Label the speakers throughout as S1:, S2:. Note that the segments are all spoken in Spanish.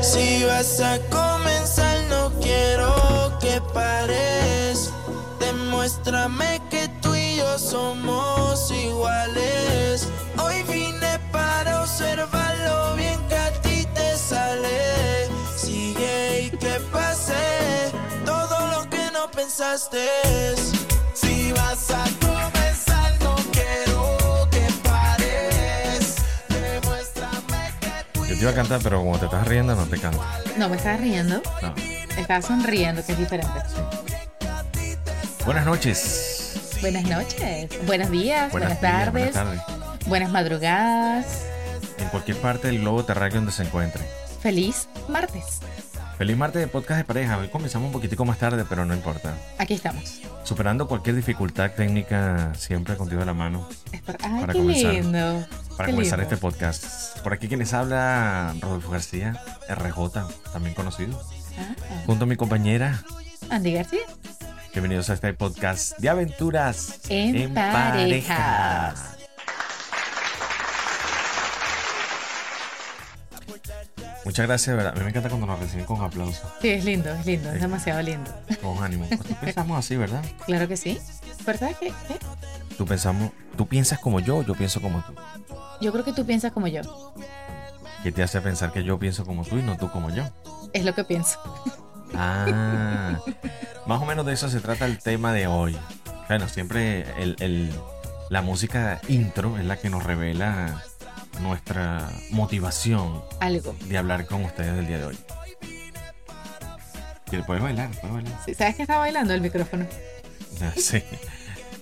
S1: Si vas a comenzar, no quiero que pares. Demuéstrame que tú y yo somos iguales. Hoy vine para observar lo bien que a ti te sale. Sigue y que pase todo lo que no pensaste. Si vas a comenzar, no quiero que pares. Demuéstrame que tú y
S2: Yo te iba a cantar, pero como te estás riendo, no te canto.
S3: No me estás riendo,
S2: No.
S3: estás sonriendo, que es diferente.
S2: Buenas noches.
S3: Buenas noches, buenos días,
S2: días,
S3: buenas,
S2: buenas
S3: tardes,
S2: tardes.
S3: buenas madrugadas.
S2: En cualquier parte del globo terráqueo donde se encuentre.
S3: Feliz martes.
S2: Feliz martes de podcast de pareja. Hoy comenzamos un poquitico más tarde, pero no importa.
S3: Aquí estamos.
S2: Superando cualquier dificultad técnica, siempre contigo de la mano.
S3: Es por- Ay,
S2: Para
S3: qué
S2: comenzar.
S3: lindo.
S2: Para
S3: qué
S2: comenzar
S3: lindo.
S2: este podcast. Por aquí quienes habla, Rodolfo García, RJ, también conocido.
S3: Ah,
S2: Junto a mi compañera,
S3: ah. Andy García.
S2: bienvenidos a este podcast de aventuras
S3: En parejas.
S2: Muchas gracias, de ¿verdad? A mí me encanta cuando nos reciben con aplausos,
S3: Sí, es lindo, es lindo,
S2: Sí.
S3: es demasiado lindo.
S2: con ánimo. Pues tú pensamos así, ¿verdad?
S3: Claro que sí. ¿Verdad que? que?
S2: Tú, pensamos, tú piensas como yo, yo pienso como tú.
S3: Yo creo que tú piensas como yo.
S2: ¿Qué te hace pensar que yo pienso como tú y no tú como yo?
S3: Es lo que pienso.
S2: Ah, más o menos de eso se trata el tema de hoy. Bueno, siempre el- el- la música intro es la que nos revela nuestra motivación
S3: Algo.
S2: de hablar con ustedes el día de hoy. Y Puedes bailar, puedes bailar.
S3: Sí, ¿Sabes que está bailando el micrófono?
S2: Sí.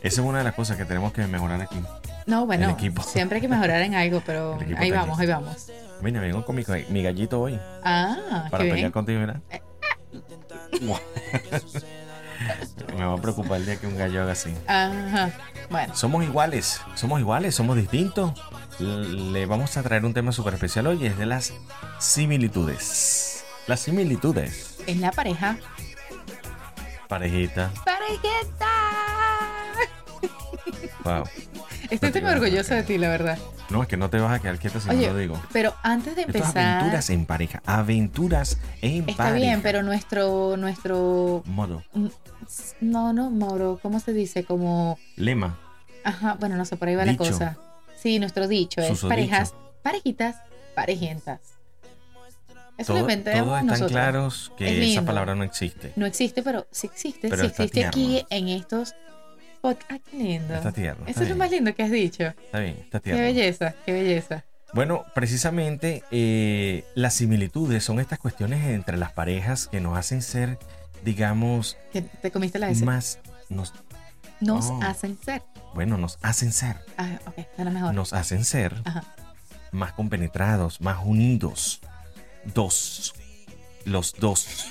S2: Esa es una de las cosas que tenemos que mejorar aquí.
S3: No, bueno,
S2: El equipo.
S3: siempre hay que mejorar en algo, pero
S2: El equipo
S3: ahí
S2: técnico.
S3: vamos, ahí vamos.
S2: Mira, vengo con mi, ga- mi gallito hoy
S3: Ah,
S2: para
S3: qué
S2: pelear
S3: bien. Eh, ah.
S2: contigo, ¿verdad? Me va a preocupar el día que un gallo haga así.
S3: Ajá. Bueno,
S2: Somos iguales, somos iguales, somos distintos. L- Le vamos a traer un tema súper especial hoy, es de las similitudes. Las similitudes.
S3: es la pareja.
S2: Parejita.
S3: ¡Parejita!
S2: Wow.
S3: Estoy tan orgullosa de ti, la verdad.
S2: No, es que no te vas a quedar quieta si
S3: Oye,
S2: no lo digo.
S3: Pero antes de
S2: Esto es
S3: empezar.
S2: aventuras en pareja. Aventuras en
S3: Está
S2: pareja.
S3: bien, pero nuestro, nuestro.
S2: Modo.
S3: No, no, Mauro, ¿cómo se dice? Como.
S2: Lema.
S3: Ajá, bueno, no sé, por ahí va
S2: Dicho.
S3: la cosa. Sí, nuestro dicho es
S2: Susodicho.
S3: parejas, parejitas, parejientas. Eso lo
S2: Todo-
S3: inventamos
S2: todos están
S3: nosotros.
S2: claros
S3: Es
S2: que esa
S3: lindo.
S2: palabra no existe.
S3: No existe, pero sí existe.
S2: Pero
S3: sí
S2: está
S3: existe aquí
S2: tierno.
S3: en estos podcasts. Qué lindo.
S2: Está tierno.
S3: Eso es lo más lindo que has dicho.
S2: Está bien, está
S3: Qué
S2: tierno.
S3: belleza, qué belleza.
S2: Bueno, precisamente eh, las similitudes son estas cuestiones entre las parejas que nos hacen ser, digamos,
S3: Que te comiste la S.
S2: más, nos,
S3: Nos
S2: Oh.
S3: hacen ser.
S2: bueno, nos hacen ser,
S3: Ah, ok, suena mejor.
S2: nos hacen ser
S3: Ajá.
S2: más compenetrados, más unidos, dos, los dos,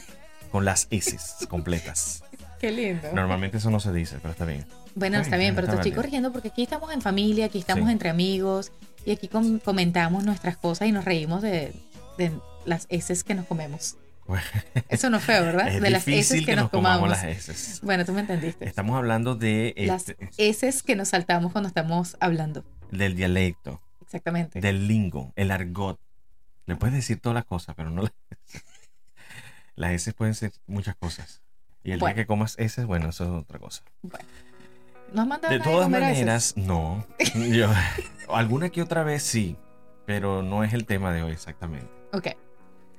S2: con las S completas.
S3: Qué lindo.
S2: Normalmente eso no se dice, pero está bien.
S3: bueno,
S2: está
S3: está
S2: bien,
S3: bien, pero
S2: está
S3: te estoy
S2: válido.
S3: corrigiendo porque aquí estamos en familia, aquí estamos
S2: Sí.
S3: entre amigos y aquí com- comentamos nuestras cosas y nos reímos de, de las heces que nos comemos.
S2: Bueno.
S3: Eso no es feo, ¿verdad?
S2: Es
S3: de las heces
S2: difícil
S3: que,
S2: que,
S3: nos,
S2: comamos,
S3: comamos.
S2: las S.
S3: Bueno, tú me entendiste.
S2: Estamos hablando de,
S3: Las
S2: este,
S3: heces que nos saltamos cuando estamos hablando.
S2: del dialecto.
S3: Exactamente.
S2: del lingo, el argot. Le puedes decir todas las cosas, pero no las Las S pueden ser muchas cosas. Y el
S3: Bueno.
S2: día que comas S, bueno, eso es otra cosa.
S3: ¿No has mandado
S2: De
S3: a nadie
S2: todas
S3: comer heces?
S2: maneras, no. Yo- alguna que otra vez sí, pero no es el tema de hoy exactamente.
S3: Ok.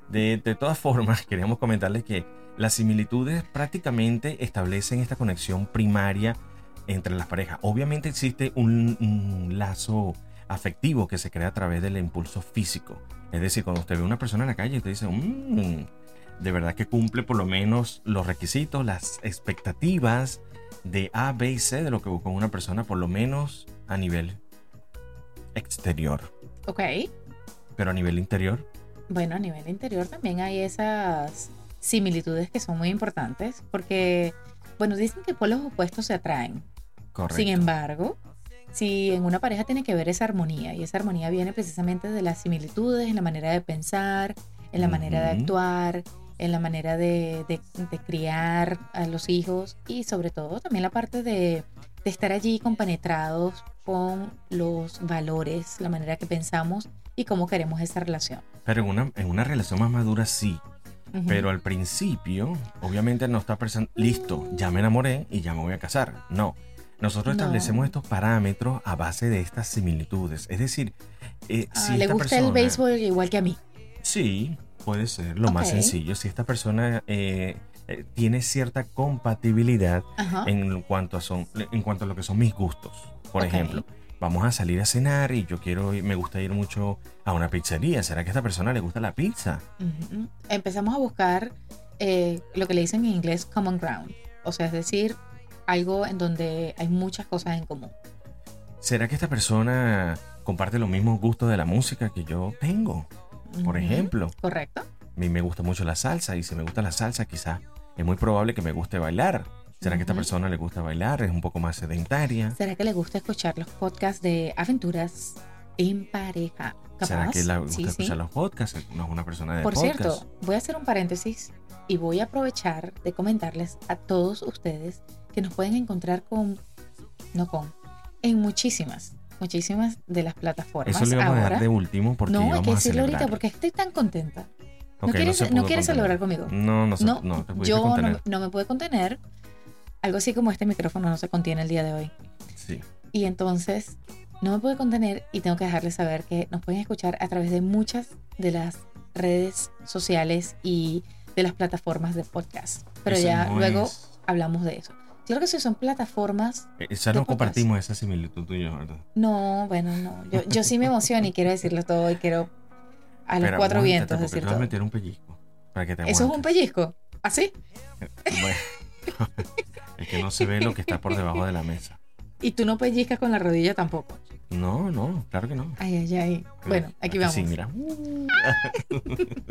S2: De, de todas formas, queríamos comentarles que las similitudes prácticamente establecen esta conexión primaria entre las parejas. Obviamente existe un, un lazo afectivo que se crea a través del impulso físico. Es decir, cuando usted ve a una persona en la calle, usted dice, "Mm, de verdad que cumple por lo menos los requisitos, las expectativas de A, B y C de lo que busca una persona, por lo menos a nivel exterior.
S3: Ok.
S2: Pero a nivel interior,
S3: Bueno, a nivel interior también hay esas similitudes que son muy importantes porque, bueno, dicen que polos opuestos se atraen.
S2: correcto.
S3: Sin embargo, si en una pareja tiene que ver esa armonía y esa armonía viene precisamente de las similitudes en la manera de pensar, en la manera de
S2: Ujú.
S3: actuar, en la manera de, de- de criar a los hijos y sobre todo también la parte de, de estar allí compenetrados con los valores, la manera que pensamos y cómo queremos esa relación.
S2: Pero en una, en una relación más madura sí.
S3: Ujú.
S2: Pero al principio, obviamente no está pensando, listo, ya me enamoré y ya me voy a casar. No. Nosotros
S3: No.
S2: establecemos estos parámetros a base de estas similitudes. Es decir, eh,
S3: Ah,
S2: si
S3: le
S2: esta
S3: gusta el
S2: persona-
S3: béisbol igual que a mí.
S2: Sí, puede ser lo más
S3: Ok.
S2: sencillo. Si esta persona eh, eh, tiene cierta compatibilidad
S3: Ajá.
S2: en cuanto, a son, en cuanto a lo que son mis gustos. Por
S3: Ok.
S2: ejemplo, vamos a salir a cenar y yo quiero, ir- me gusta ir mucho a una pizzería. ¿Será que a esta persona le gusta la pizza?
S3: Ujú. Empezamos a buscar eh, lo que le dicen en inglés common ground. O sea, es decir, algo en donde hay muchas cosas en común.
S2: ¿Será que esta persona comparte los mismos gustos de la música que yo tengo? Por
S3: Ujú.
S2: ejemplo,
S3: Correcto.
S2: a mí me gusta mucho la salsa y si me gusta la salsa quizás es muy probable que me guste bailar. ¿Será que a esta
S3: Ujú.
S2: persona le gusta bailar? ¿Es un poco más sedentaria?
S3: ¿Será que le gusta escuchar los podcasts de aventuras en pareja?
S2: ¿Será
S3: Capaz.
S2: que le gusta
S3: Sí, sí.
S2: escuchar los podcasts? No es una persona de
S3: Por
S2: podcast.
S3: cierto, voy a hacer un paréntesis y voy a aprovechar de comentarles a todos ustedes que nos pueden encontrar con, no con, en muchísimas, muchísimas de las plataformas.
S2: Eso lo íbamos a
S3: ahora.
S2: dejar de último porque
S3: no, hay
S2: íbamos
S3: que
S2: a
S3: decirlo ahorita
S2: celebrar.
S3: porque estoy tan contenta.
S2: Ok,
S3: no quieres,
S2: se
S3: no
S2: pudo
S3: quieres celebrar
S2: contener.
S3: conmigo.
S2: No, no, se-
S3: No,
S2: no te pudiste
S3: yo no,
S2: contener.
S3: me- no me pude contener. Algo así como este micrófono no se contiene el día de hoy.
S2: Sí.
S3: Y entonces no me pude contener y tengo que dejarles saber que nos pueden escuchar a través de muchas de las redes sociales y de las plataformas de podcast. Pero
S2: Eso
S3: ya
S2: no
S3: luego
S2: es-
S3: hablamos de eso. Claro que sí son plataformas.
S2: eh, Ya
S3: de
S2: no
S3: podcast.
S2: compartimos esa similitud tuya, ¿verdad?
S3: No, bueno, no. Yo, yo sí me emociono y quiero decirlo todo y quiero a los
S2: Pero
S3: cuatro
S2: aguántate,
S3: vientos
S2: porque
S3: decir
S2: te vas a
S3: todo.
S2: meter un pellizco para que te
S3: Eso es un
S2: aguantes.
S3: pellizco. ¿Ah, ¿Así?
S2: Bueno, es que no se ve lo que está por debajo de la mesa.
S3: Y tú no pellizcas con la rodilla tampoco.
S2: No, no, claro que no.
S3: Ay, ay, ay. Bueno, aquí vamos.
S2: Sí, mira.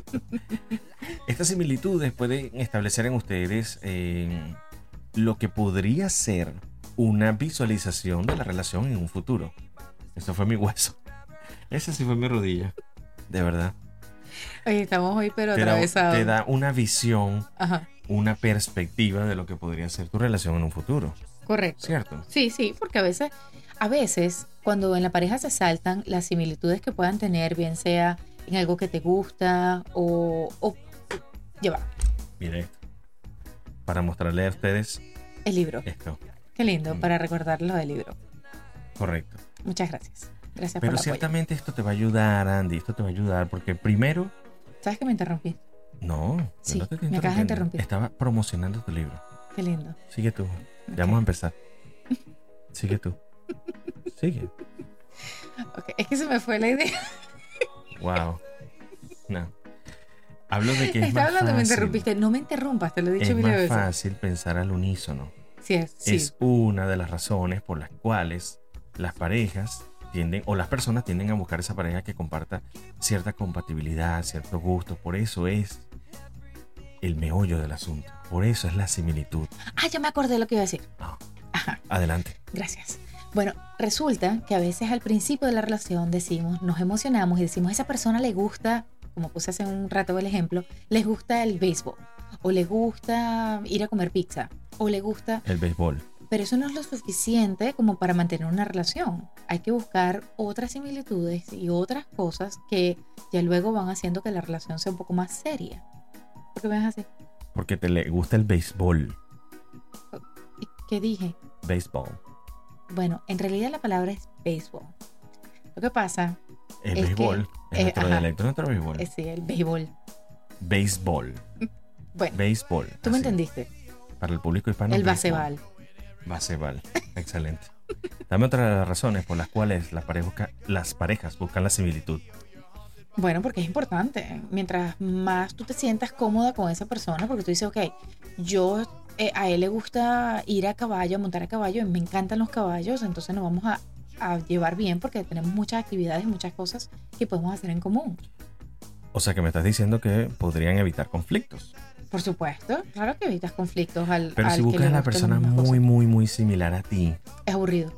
S2: Estas similitudes pueden establecer en ustedes eh, lo que podría ser una visualización de la relación en un futuro. Eso fue mi hueso. Esa sí fue mi rodilla. De verdad.
S3: Oye, estamos hoy pero
S2: Te da,
S3: atravesados.
S2: te da una visión,
S3: Ajá,
S2: una perspectiva de lo que podría ser tu relación en un futuro.
S3: correcto.
S2: ¿Cierto?
S3: Sí, sí, porque a veces, a veces, cuando en la pareja se saltan las similitudes que puedan tener, bien sea en algo que te gusta o, o lleva
S2: Mire esto. Para mostrarle a ustedes
S3: el libro.
S2: esto.
S3: Qué
S2: Mm.
S3: lindo para recordar lo del libro.
S2: Correcto.
S3: Muchas gracias. Gracias
S2: Pero
S3: por el apoyo.
S2: ciertamente esto te va a ayudar, Andy. Esto te va a ayudar porque primero,
S3: ¿Sabes que me interrumpí?
S2: no, yo
S3: Sí,
S2: no te estoy
S3: me acabas
S2: interrumpiendo.
S3: de interrumpir.
S2: Estaba promocionando tu libro.
S3: Qué lindo.
S2: Sigue tú. Ya vamos a empezar. Sigue tú. Sigue.
S3: Ok, Es que se me fue la idea.
S2: Wow. No. Hablo de que es
S3: Estaba
S2: más
S3: hablando, me
S2: fácil.
S3: interrumpiste. No me interrumpas, te lo he dicho
S2: es
S3: mil
S2: más
S3: veces.
S2: fácil pensar al unísono.
S3: Sí, es, sí.
S2: Es una de las razones por las cuales las parejas tienden o las personas tienden a buscar esa pareja que comparta cierta compatibilidad, ciertos gustos. Por eso es el meollo del asunto. Por eso es la similitud.
S3: Ah, ya me acordé de lo que iba a decir.
S2: Ah.
S3: Ajá,
S2: Adelante.
S3: gracias. Bueno, resulta que a veces al principio de la relación decimos, nos emocionamos y decimos, a esa persona le gusta, como puse hace un rato el ejemplo, les gusta el béisbol, o le gusta ir a comer pizza, o le gusta,
S2: El béisbol.
S3: pero eso no es lo suficiente como para mantener una relación. Hay que buscar otras similitudes y otras cosas que ya luego van haciendo que la relación sea un poco más seria. ¿Por qué me ves así?
S2: Porque te le gusta el béisbol.
S3: ¿Y ¿Qué dije?
S2: Béisbol.
S3: Bueno, en realidad la palabra es béisbol. Lo que pasa Es
S2: El
S3: que-
S2: béisbol. es
S3: eh,
S2: nuestro
S3: ajá.
S2: dialecto, nuestro béisbol.
S3: es sí, el béisbol.
S2: Béisbol.
S3: Bueno,
S2: Béisbol.
S3: tú
S2: Así,
S3: me
S2: Ah,
S3: entendiste.
S2: Para el público hispano.
S3: el
S2: béisbol.
S3: baseball.
S2: Baseball. Excelente. Dame otra de las razones por las cuales las parejas, busca- las parejas buscan la similitud.
S3: Bueno, porque es importante. Mientras más tú te sientas cómoda con esa persona, porque tú dices, ok, yo eh, a él le gusta ir a caballo, a montar a caballo, y me encantan los caballos, entonces nos vamos a, a llevar bien porque tenemos muchas actividades, muchas cosas que podemos hacer en común.
S2: O sea que me estás diciendo que podrían evitar conflictos.
S3: Por supuesto, claro que evitas conflictos al.
S2: Pero
S3: al
S2: si
S3: que le
S2: buscas a la
S3: gusten las
S2: persona
S3: mismas
S2: muy,
S3: cosas.
S2: muy, muy similar a ti,
S3: Es aburrido.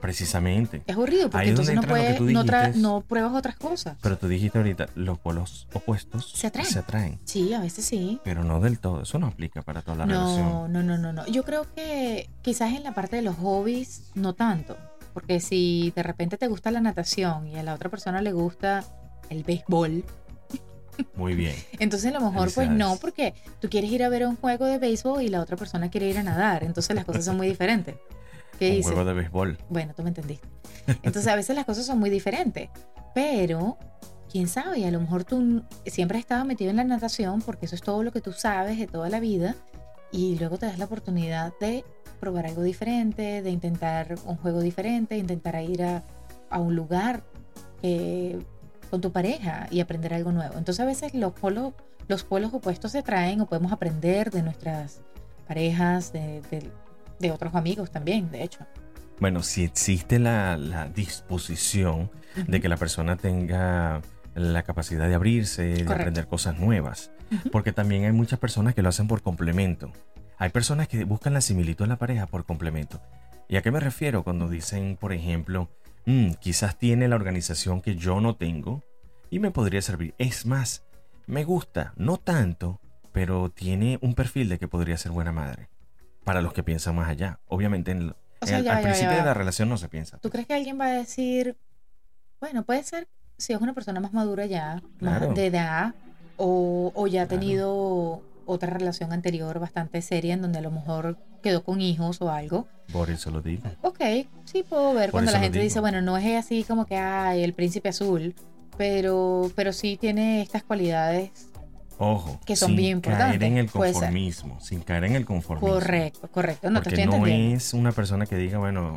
S2: precisamente.
S3: Es aburrido porque
S2: Ahí es
S3: entonces no,
S2: donde entra lo
S3: puedes,
S2: que tú
S3: no, tra-
S2: dijiste.
S3: no pruebas otras cosas.
S2: Pero tú dijiste ahorita, los polos opuestos
S3: Se atraen.
S2: se atraen.
S3: Sí, a veces sí.
S2: Pero no del todo. Eso no aplica para toda la relación.
S3: No, no, no, no, no. Yo creo que quizás en la parte de los hobbies no tanto, Porque si de repente te gusta la natación y a la otra persona le gusta el béisbol,
S2: Muy bien.
S3: entonces a lo mejor pues
S2: Felicidades.
S3: no, porque tú quieres ir a ver un juego de béisbol y la otra persona quiere ir a nadar, entonces las cosas son muy diferentes. ¿Qué
S2: Un
S3: dices?
S2: juego de béisbol.
S3: Bueno, tú me entendiste. Entonces a veces las cosas son muy diferentes, pero quién sabe, a lo mejor tú n- siempre has estado metido en la natación porque eso es todo lo que tú sabes de toda la vida y luego te das la oportunidad de probar algo diferente, de intentar un juego diferente, intentar ir a, a un lugar eh, con tu pareja y aprender algo nuevo. Entonces a veces los polos, los polos opuestos se traen o podemos aprender de nuestras parejas, de, de- de otros amigos también, de hecho.
S2: Bueno, si existe la, la disposición de que la persona tenga la capacidad de abrirse, de
S3: Correcto.
S2: aprender cosas nuevas.
S3: Ujú.
S2: Porque también hay muchas personas que lo hacen por complemento. Hay personas que buscan la similitud en la pareja por complemento. ¿Y a qué me refiero cuando dicen, por ejemplo, "Mm, quizás tiene la organización que yo no tengo y me podría servir? Es más, me gusta, no tanto, pero tiene un perfil de que podría ser buena madre. Para los que piensan más allá. Obviamente, en el-
S3: O sea,
S2: al-
S3: ya,
S2: al
S3: ya,
S2: principio
S3: ya.
S2: de la relación no se piensa.
S3: ¿Tú crees que alguien va a decir, bueno, puede ser si es una persona más madura ya, más
S2: Claro.
S3: de edad, o, o ya ha
S2: Claro.
S3: tenido otra relación anterior bastante seria en donde a lo mejor quedó con hijos o algo?
S2: Por eso lo digo.
S3: Ok, sí puedo ver
S2: Por
S3: cuando
S2: eso
S3: la
S2: lo
S3: gente dice,
S2: digo.
S3: bueno, no es así como que, ay, el príncipe azul, pero, pero sí tiene estas cualidades.
S2: Ojo.
S3: Que son
S2: sin
S3: bien
S2: caer en el
S3: importantes, puede ser.
S2: conformismo. Sin caer en el conformismo.
S3: Correcto, correcto, no te
S2: Porque
S3: estoy
S2: no
S3: entendiendo.
S2: es una persona que diga, bueno,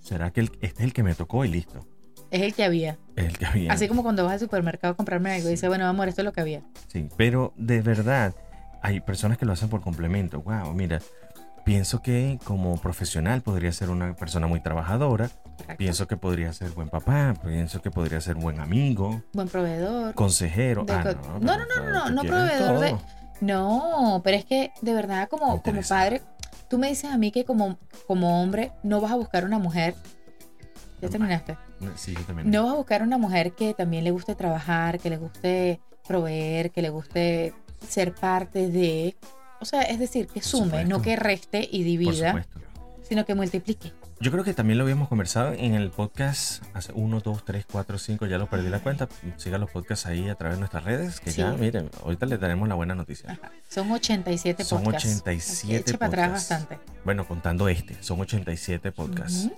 S2: ¿será que el- este es el que me tocó y listo?
S3: Es el que había.
S2: Es el que había.
S3: Así como cuando vas al supermercado a comprarme algo y dices, bueno, amor, esto es lo que había.
S2: Sí, pero de verdad, hay personas que lo hacen por complemento. Wow, mira, pienso que como profesional podría ser una persona muy trabajadora.
S3: Correcto.
S2: Pienso que podría ser buen papá. Pienso que podría ser buen amigo,
S3: Buen proveedor.
S2: consejero.
S3: De
S2: Ah, no,
S3: co- no, no,
S2: pero
S3: no, no,
S2: tú
S3: no
S2: quieres
S3: proveedor de-
S2: todo.
S3: No, pero es que de verdad como, como
S2: Interesante.
S3: padre, tú me dices a mí que como, como hombre no vas a buscar una mujer. Ya
S2: Bueno.
S3: terminaste.
S2: Sí, yo también.
S3: No vas a buscar una mujer que también le guste trabajar, que le guste proveer, que le guste ser parte de. O sea, es decir, que sume, no
S2: supuesto.
S3: que reste y
S2: por
S3: divida,
S2: supuesto.
S3: sino que multiplique.
S2: Yo creo que también lo habíamos conversado en el podcast hace 1, 2, 3, 4, 5, ya lo perdí la cuenta. Sigan los podcasts ahí a través de nuestras redes, que ya,
S3: Sí.
S2: miren, ahorita le tenemos la buena noticia.
S3: Ajá. Son 87
S2: Son
S3: podcasts.
S2: 87
S3: Eche para atrás
S2: podcasts.
S3: bastante.
S2: Bueno, contando este, son 87 podcasts.
S3: Ujú.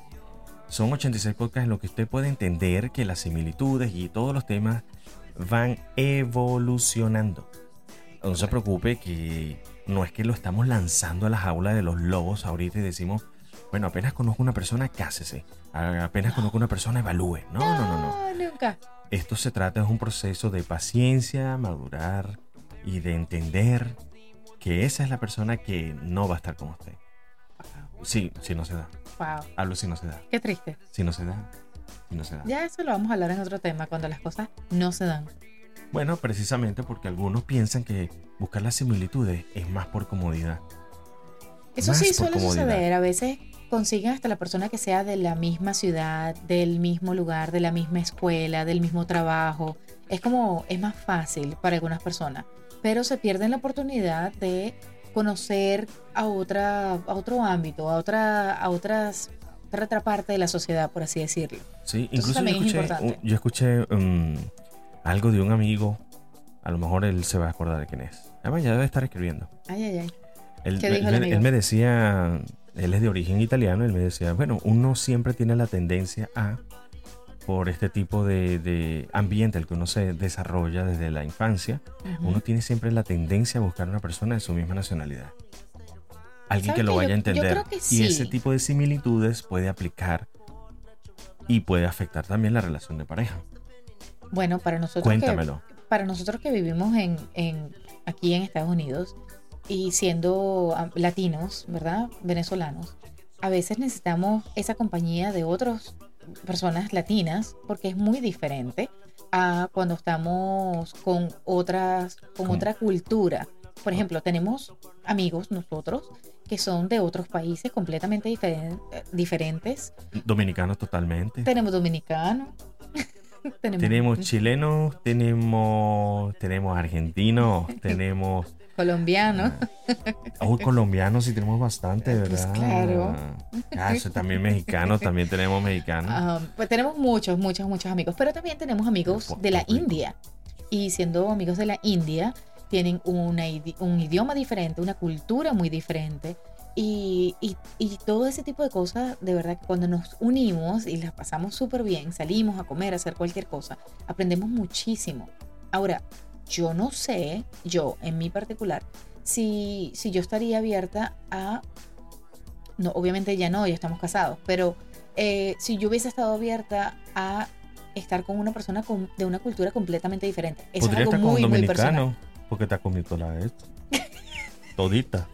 S2: Son 86 podcasts en lo que usted puede entender que las similitudes y todos los temas van evolucionando. No se preocupe que no es que lo estamos lanzando a la jaula de los lobos ahorita y decimos, bueno, apenas conozco una persona, cásese. A- Apenas conozco una persona, evalúe. No, no, no, no.
S3: nunca.
S2: Esto se trata de un proceso de paciencia, madurar y de entender que esa es la persona que no va a estar con usted. Sí, si no se da.
S3: Wow,
S2: Hablo si no se da.
S3: qué triste.
S2: Si no se da. Si no se da.
S3: Ya eso lo vamos a hablar en otro tema, cuando las cosas no se dan.
S2: Bueno, precisamente porque algunos piensan que buscar las similitudes es más por comodidad.
S3: Eso
S2: Más
S3: sí
S2: por
S3: suele
S2: comodidad.
S3: suceder. A veces consiguen hasta la persona que sea de la misma ciudad, del mismo lugar, de la misma escuela, del mismo trabajo. Es como, es más fácil para algunas personas. Pero se pierden la oportunidad de conocer a, otra, a otro ámbito, a, otra, a otras, otra, otra parte de la sociedad, por así decirlo.
S2: Sí,
S3: Entonces
S2: incluso yo
S3: también es
S2: escuché,
S3: importante.
S2: un- yo escuché um, algo de un amigo. A lo mejor él se va a acordar de quién es. Además, ya debe estar escribiendo.
S3: Ay, ay, ay.
S2: Él,
S3: ¿Qué dijo
S2: él-
S3: el amigo?
S2: él me decía, él es de origen italiano, él me decía, bueno, uno siempre tiene la tendencia a, por este tipo de, de ambiente, el que uno se desarrolla desde la infancia,
S3: Ujú.
S2: uno tiene siempre la tendencia a buscar una persona de su misma nacionalidad. Alguien
S3: ¿Sabes
S2: que lo
S3: qué? Yo-
S2: vaya
S3: yo
S2: a entender.
S3: creo que sí.
S2: Y ese tipo de similitudes puede aplicar y puede afectar también la relación de pareja.
S3: Bueno, para nosotros que-
S2: Cuéntamelo.
S3: para nosotros que vivimos en, en- aquí en Estados Unidos y siendo ah, latinos, ¿verdad? Venezolanos, a veces necesitamos esa compañía de otras personas latinas porque es muy diferente a cuando estamos con otras, con
S2: Con-
S3: otra cultura. Por ejemplo, tenemos amigos nosotros que son de otros países completamente diferen- diferentes.
S2: Dominicano totalmente.
S3: Tenemos dominicanos, Tenemos,
S2: Tenemos chilenos, tenemos, tenemos argentinos, tenemos
S3: colombianos.
S2: Oh, colombianos sí tenemos bastante, ¿verdad?
S3: Ah, Pues claro.
S2: Ah, eso también mexicanos, también tenemos mexicanos.
S3: Ah, pues tenemos muchos, muchos, muchos amigos, pero también tenemos amigos
S2: Puerto
S3: de la
S2: Rico.
S3: India. Y siendo amigos de la India, tienen una idi- un idioma diferente, una cultura muy diferente. Y, y- y todo ese tipo de cosas, de verdad que cuando nos unimos y las pasamos súper bien, salimos a comer, a hacer cualquier cosa, aprendemos muchísimo. Ahora, yo no sé, yo en mi particular, si, si yo estaría abierta a... No, obviamente ya no, ya estamos casados, pero eh, si yo hubiese estado abierta a estar con una persona con- de una cultura completamente diferente. Eso es
S2: Podría
S3: algo
S2: estar con
S3: muy,
S2: un
S3: muy personal.
S2: dominicano, porque te has comido la de esto. Todita.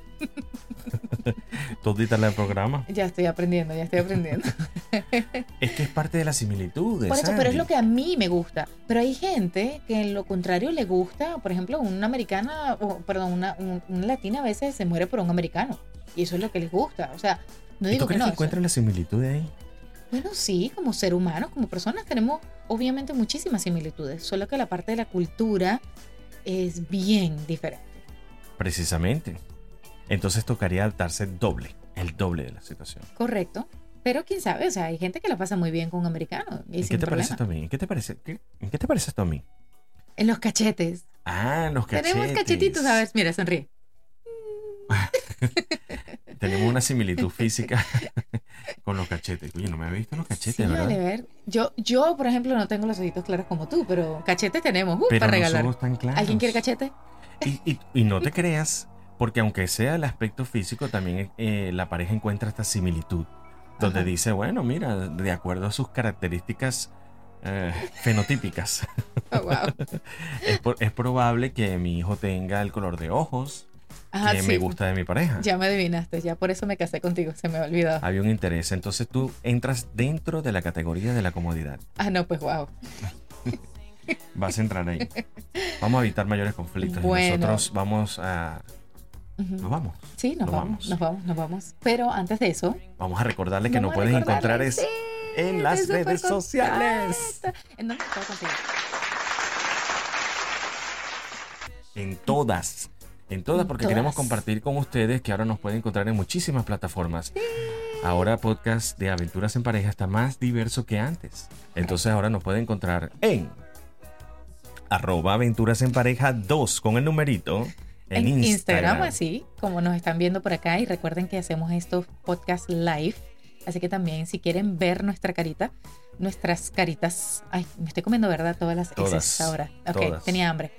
S2: Todita la del programa.
S3: Ya estoy aprendiendo, ya estoy aprendiendo.
S2: Es que es parte de las similitudes.
S3: Por eso, pero es
S2: Sandy.
S3: lo que a mí me gusta. Pero hay gente que en lo contrario le gusta, por ejemplo, una americana, o, perdón, una, un- una latina a veces se muere por un americano. Y eso es lo que les gusta. O sea, no
S2: ¿Y
S3: digo
S2: tú
S3: que
S2: crees
S3: no.
S2: que
S3: eso-
S2: encuentras las similitudes ahí?
S3: Bueno, sí, como ser humanos, como personas, tenemos obviamente muchísimas similitudes, solo que la parte de la cultura es bien diferente.
S2: Precisamente. Entonces tocaría adaptarse doble, el doble de la situación.
S3: Correcto. Pero quién sabe, o sea, hay gente que la pasa muy bien con un americano. Y
S2: ¿Y
S3: sin
S2: qué te parece
S3: problema.
S2: esto a mí? ¿Qué te parece? ¿Qué, ¿Qué te parece esto a mí?
S3: En los cachetes.
S2: Ah, los cachetes.
S3: Tenemos cachetitos, a ver, mira, sonríe.
S2: Tenemos una similitud física con los cachetes. Oye, no me había visto los cachetes,
S3: sí,
S2: ¿verdad?
S3: vale, ver. Yo, yo, por ejemplo, no tengo los ojitos claros como tú, pero cachetes tenemos uh,
S2: Pero
S3: para
S2: no
S3: regalar.
S2: somos tan claros.
S3: ¿Alguien quiere cachete?
S2: Y, y- y no te creas, porque aunque sea el aspecto físico, también eh, la pareja encuentra esta similitud. Donde
S3: Ajá.
S2: dice, bueno, mira, de acuerdo a sus características eh, fenotípicas,
S3: Oh, wow.
S2: es, por- es probable que mi hijo tenga el color de ojos
S3: Ajá,
S2: que
S3: Ah, sí.
S2: me gusta de mi pareja.
S3: Ya me adivinaste, ya por eso me casé contigo, se me ha olvidado.
S2: Había un interés. Entonces tú entras dentro de la categoría de la comodidad.
S3: Ah, no, pues wow.
S2: Vas a entrar ahí. Vamos a evitar mayores conflictos. y
S3: Bueno.
S2: Nosotros vamos a.
S3: Ujú.
S2: Nos vamos.
S3: Sí, nos,
S2: Nos
S3: vamos,
S2: vamos.
S3: nos vamos, nos vamos. Pero antes de eso,
S2: Vamos a recordarle que
S3: vamos
S2: no
S3: a
S2: puedes encontrar
S3: recordarles,
S2: es
S3: sí,
S2: en las
S3: estoy
S2: redes
S3: súper
S2: sociales.
S3: contenta. Ah, ¿En dónde puedo conseguir?
S2: En todas. En todas,
S3: En
S2: porque
S3: todas.
S2: queremos compartir con ustedes que ahora nos pueden encontrar en muchísimas plataformas. Ahora podcast de aventuras en pareja está más diverso que antes. Entonces ahora nos pueden encontrar en arroba aventuras en pareja 2 con el numerito en, Instagram.
S3: así como nos están viendo por acá. Y recuerden que hacemos estos podcast live. Así que también, si quieren ver nuestra carita, nuestras caritas. Ay, me estoy comiendo, ¿verdad? Todas las
S2: Todas,
S3: heces ahora. Ok,
S2: todas.
S3: tenía hambre.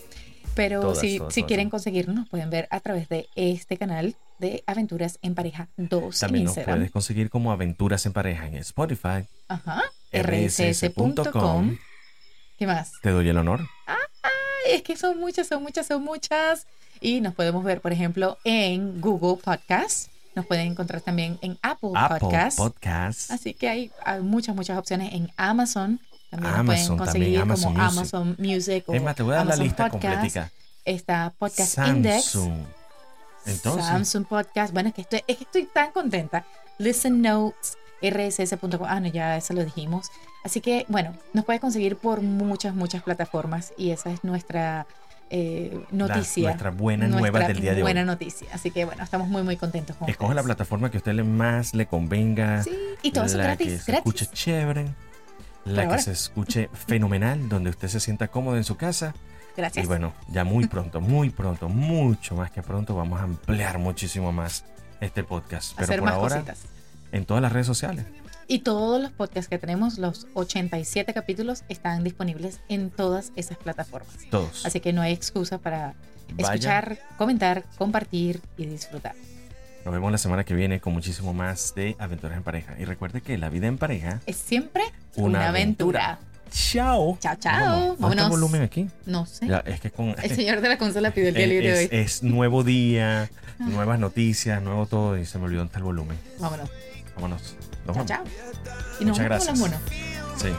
S3: Pero
S2: Todas,
S3: si,
S2: todas,
S3: si
S2: todas,
S3: quieren
S2: todas.
S3: conseguirnos, nos pueden ver a través de este canal de Aventuras en Pareja 2
S2: También
S3: en
S2: nos
S3: Instagram.
S2: puedes conseguir como aventuras en pareja en Spotify,
S3: Ajá.
S2: rss.com.
S3: rss.com. ¿Qué más?
S2: Te doy el honor.
S3: Ay, es que son muchas, son muchas, son muchas. Y nos podemos ver, por ejemplo, en Google Podcast. Nos pueden encontrar también en Apple,
S2: Apple
S3: Podcast.
S2: Podcast.
S3: Así que hay, hay muchas, muchas opciones en Amazon. También nos
S2: Amazon,
S3: pueden conseguir
S2: también,
S3: como
S2: Amazon
S3: Amazon Music o
S2: Es más, te voy a dar la
S3: Amazon
S2: lista
S3: Podcast.
S2: completica.
S3: Está Podcast Index.
S2: Samsung. Entonces,
S3: Samsung Podcast. Bueno, es que estoy, es que estoy tan contenta. Listen Notes, rss.com. Ah, no, ya eso lo dijimos. Así que, bueno, nos puedes conseguir por muchas, muchas plataformas y esa es nuestra eh,
S2: la-
S3: noticia.
S2: nuestra buena nueva
S3: Nuestra
S2: del día de
S3: buena
S2: hoy.
S3: noticia. Así que, bueno, estamos muy, muy contentos con
S2: Escoge la
S3: ustedes.
S2: plataforma que a usted le más le convenga.
S3: Sí, y todo eso
S2: la
S3: gratis,
S2: que se
S3: gratis.
S2: escuche chévere. La que
S3: ahora.
S2: se escuche fenomenal, donde usted se sienta cómodo en su casa.
S3: Gracias.
S2: Y bueno, ya muy pronto, muy pronto, mucho más que pronto, vamos a ampliar muchísimo más este podcast. Pero
S3: hacer
S2: por
S3: más
S2: ahora,
S3: cositas.
S2: en todas las redes sociales.
S3: Y todos los podcasts que tenemos, los 87 capítulos, están disponibles en todas esas plataformas.
S2: Todos.
S3: Así que no hay excusa para
S2: Vaya.
S3: escuchar, comentar, compartir y disfrutar.
S2: Nos vemos la semana que viene con muchísimo más de Aventuras en Pareja. Y recuerde que la vida en pareja.
S3: Es siempre
S2: Una
S3: una, aventura.
S2: ¡Chao!
S3: Chao, chao.
S2: ¿Cuánto
S3: Vámonos.
S2: volumen aquí?
S3: No sé.
S2: Ya, es que con.
S3: El señor de la consola pidió el día libre
S2: es,
S3: hoy. Ah.
S2: es nuevo día, nuevas noticias, nuevo todo. Y se me olvidó el volumen.
S3: Vámonos.
S2: Vámonos. Nos vamos.
S3: Chao, chao. Y
S2: Muchas
S3: nos vemos con
S2: gracias.
S3: los monos.
S2: Sí.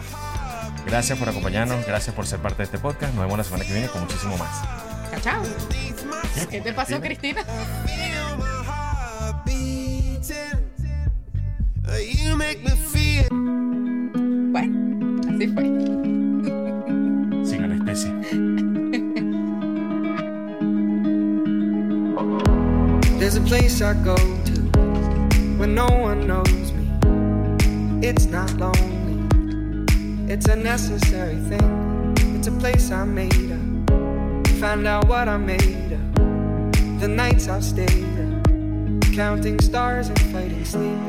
S2: Gracias por acompañarnos. Gracias por ser parte de este podcast. Nos vemos la semana que viene con muchísimo más.
S3: Chao, chao. ¿Qué te pasó,
S2: Cristina?
S3: Cristina?
S1: Feel my heart beating. You make me feel.
S3: Bueno, así fue.
S4: place I go to when no one knows me. It's not lonely, it's a necessary thing. It's a place I made up. Find out what I made up. The nights I've stayed up, counting stars and fighting sleep.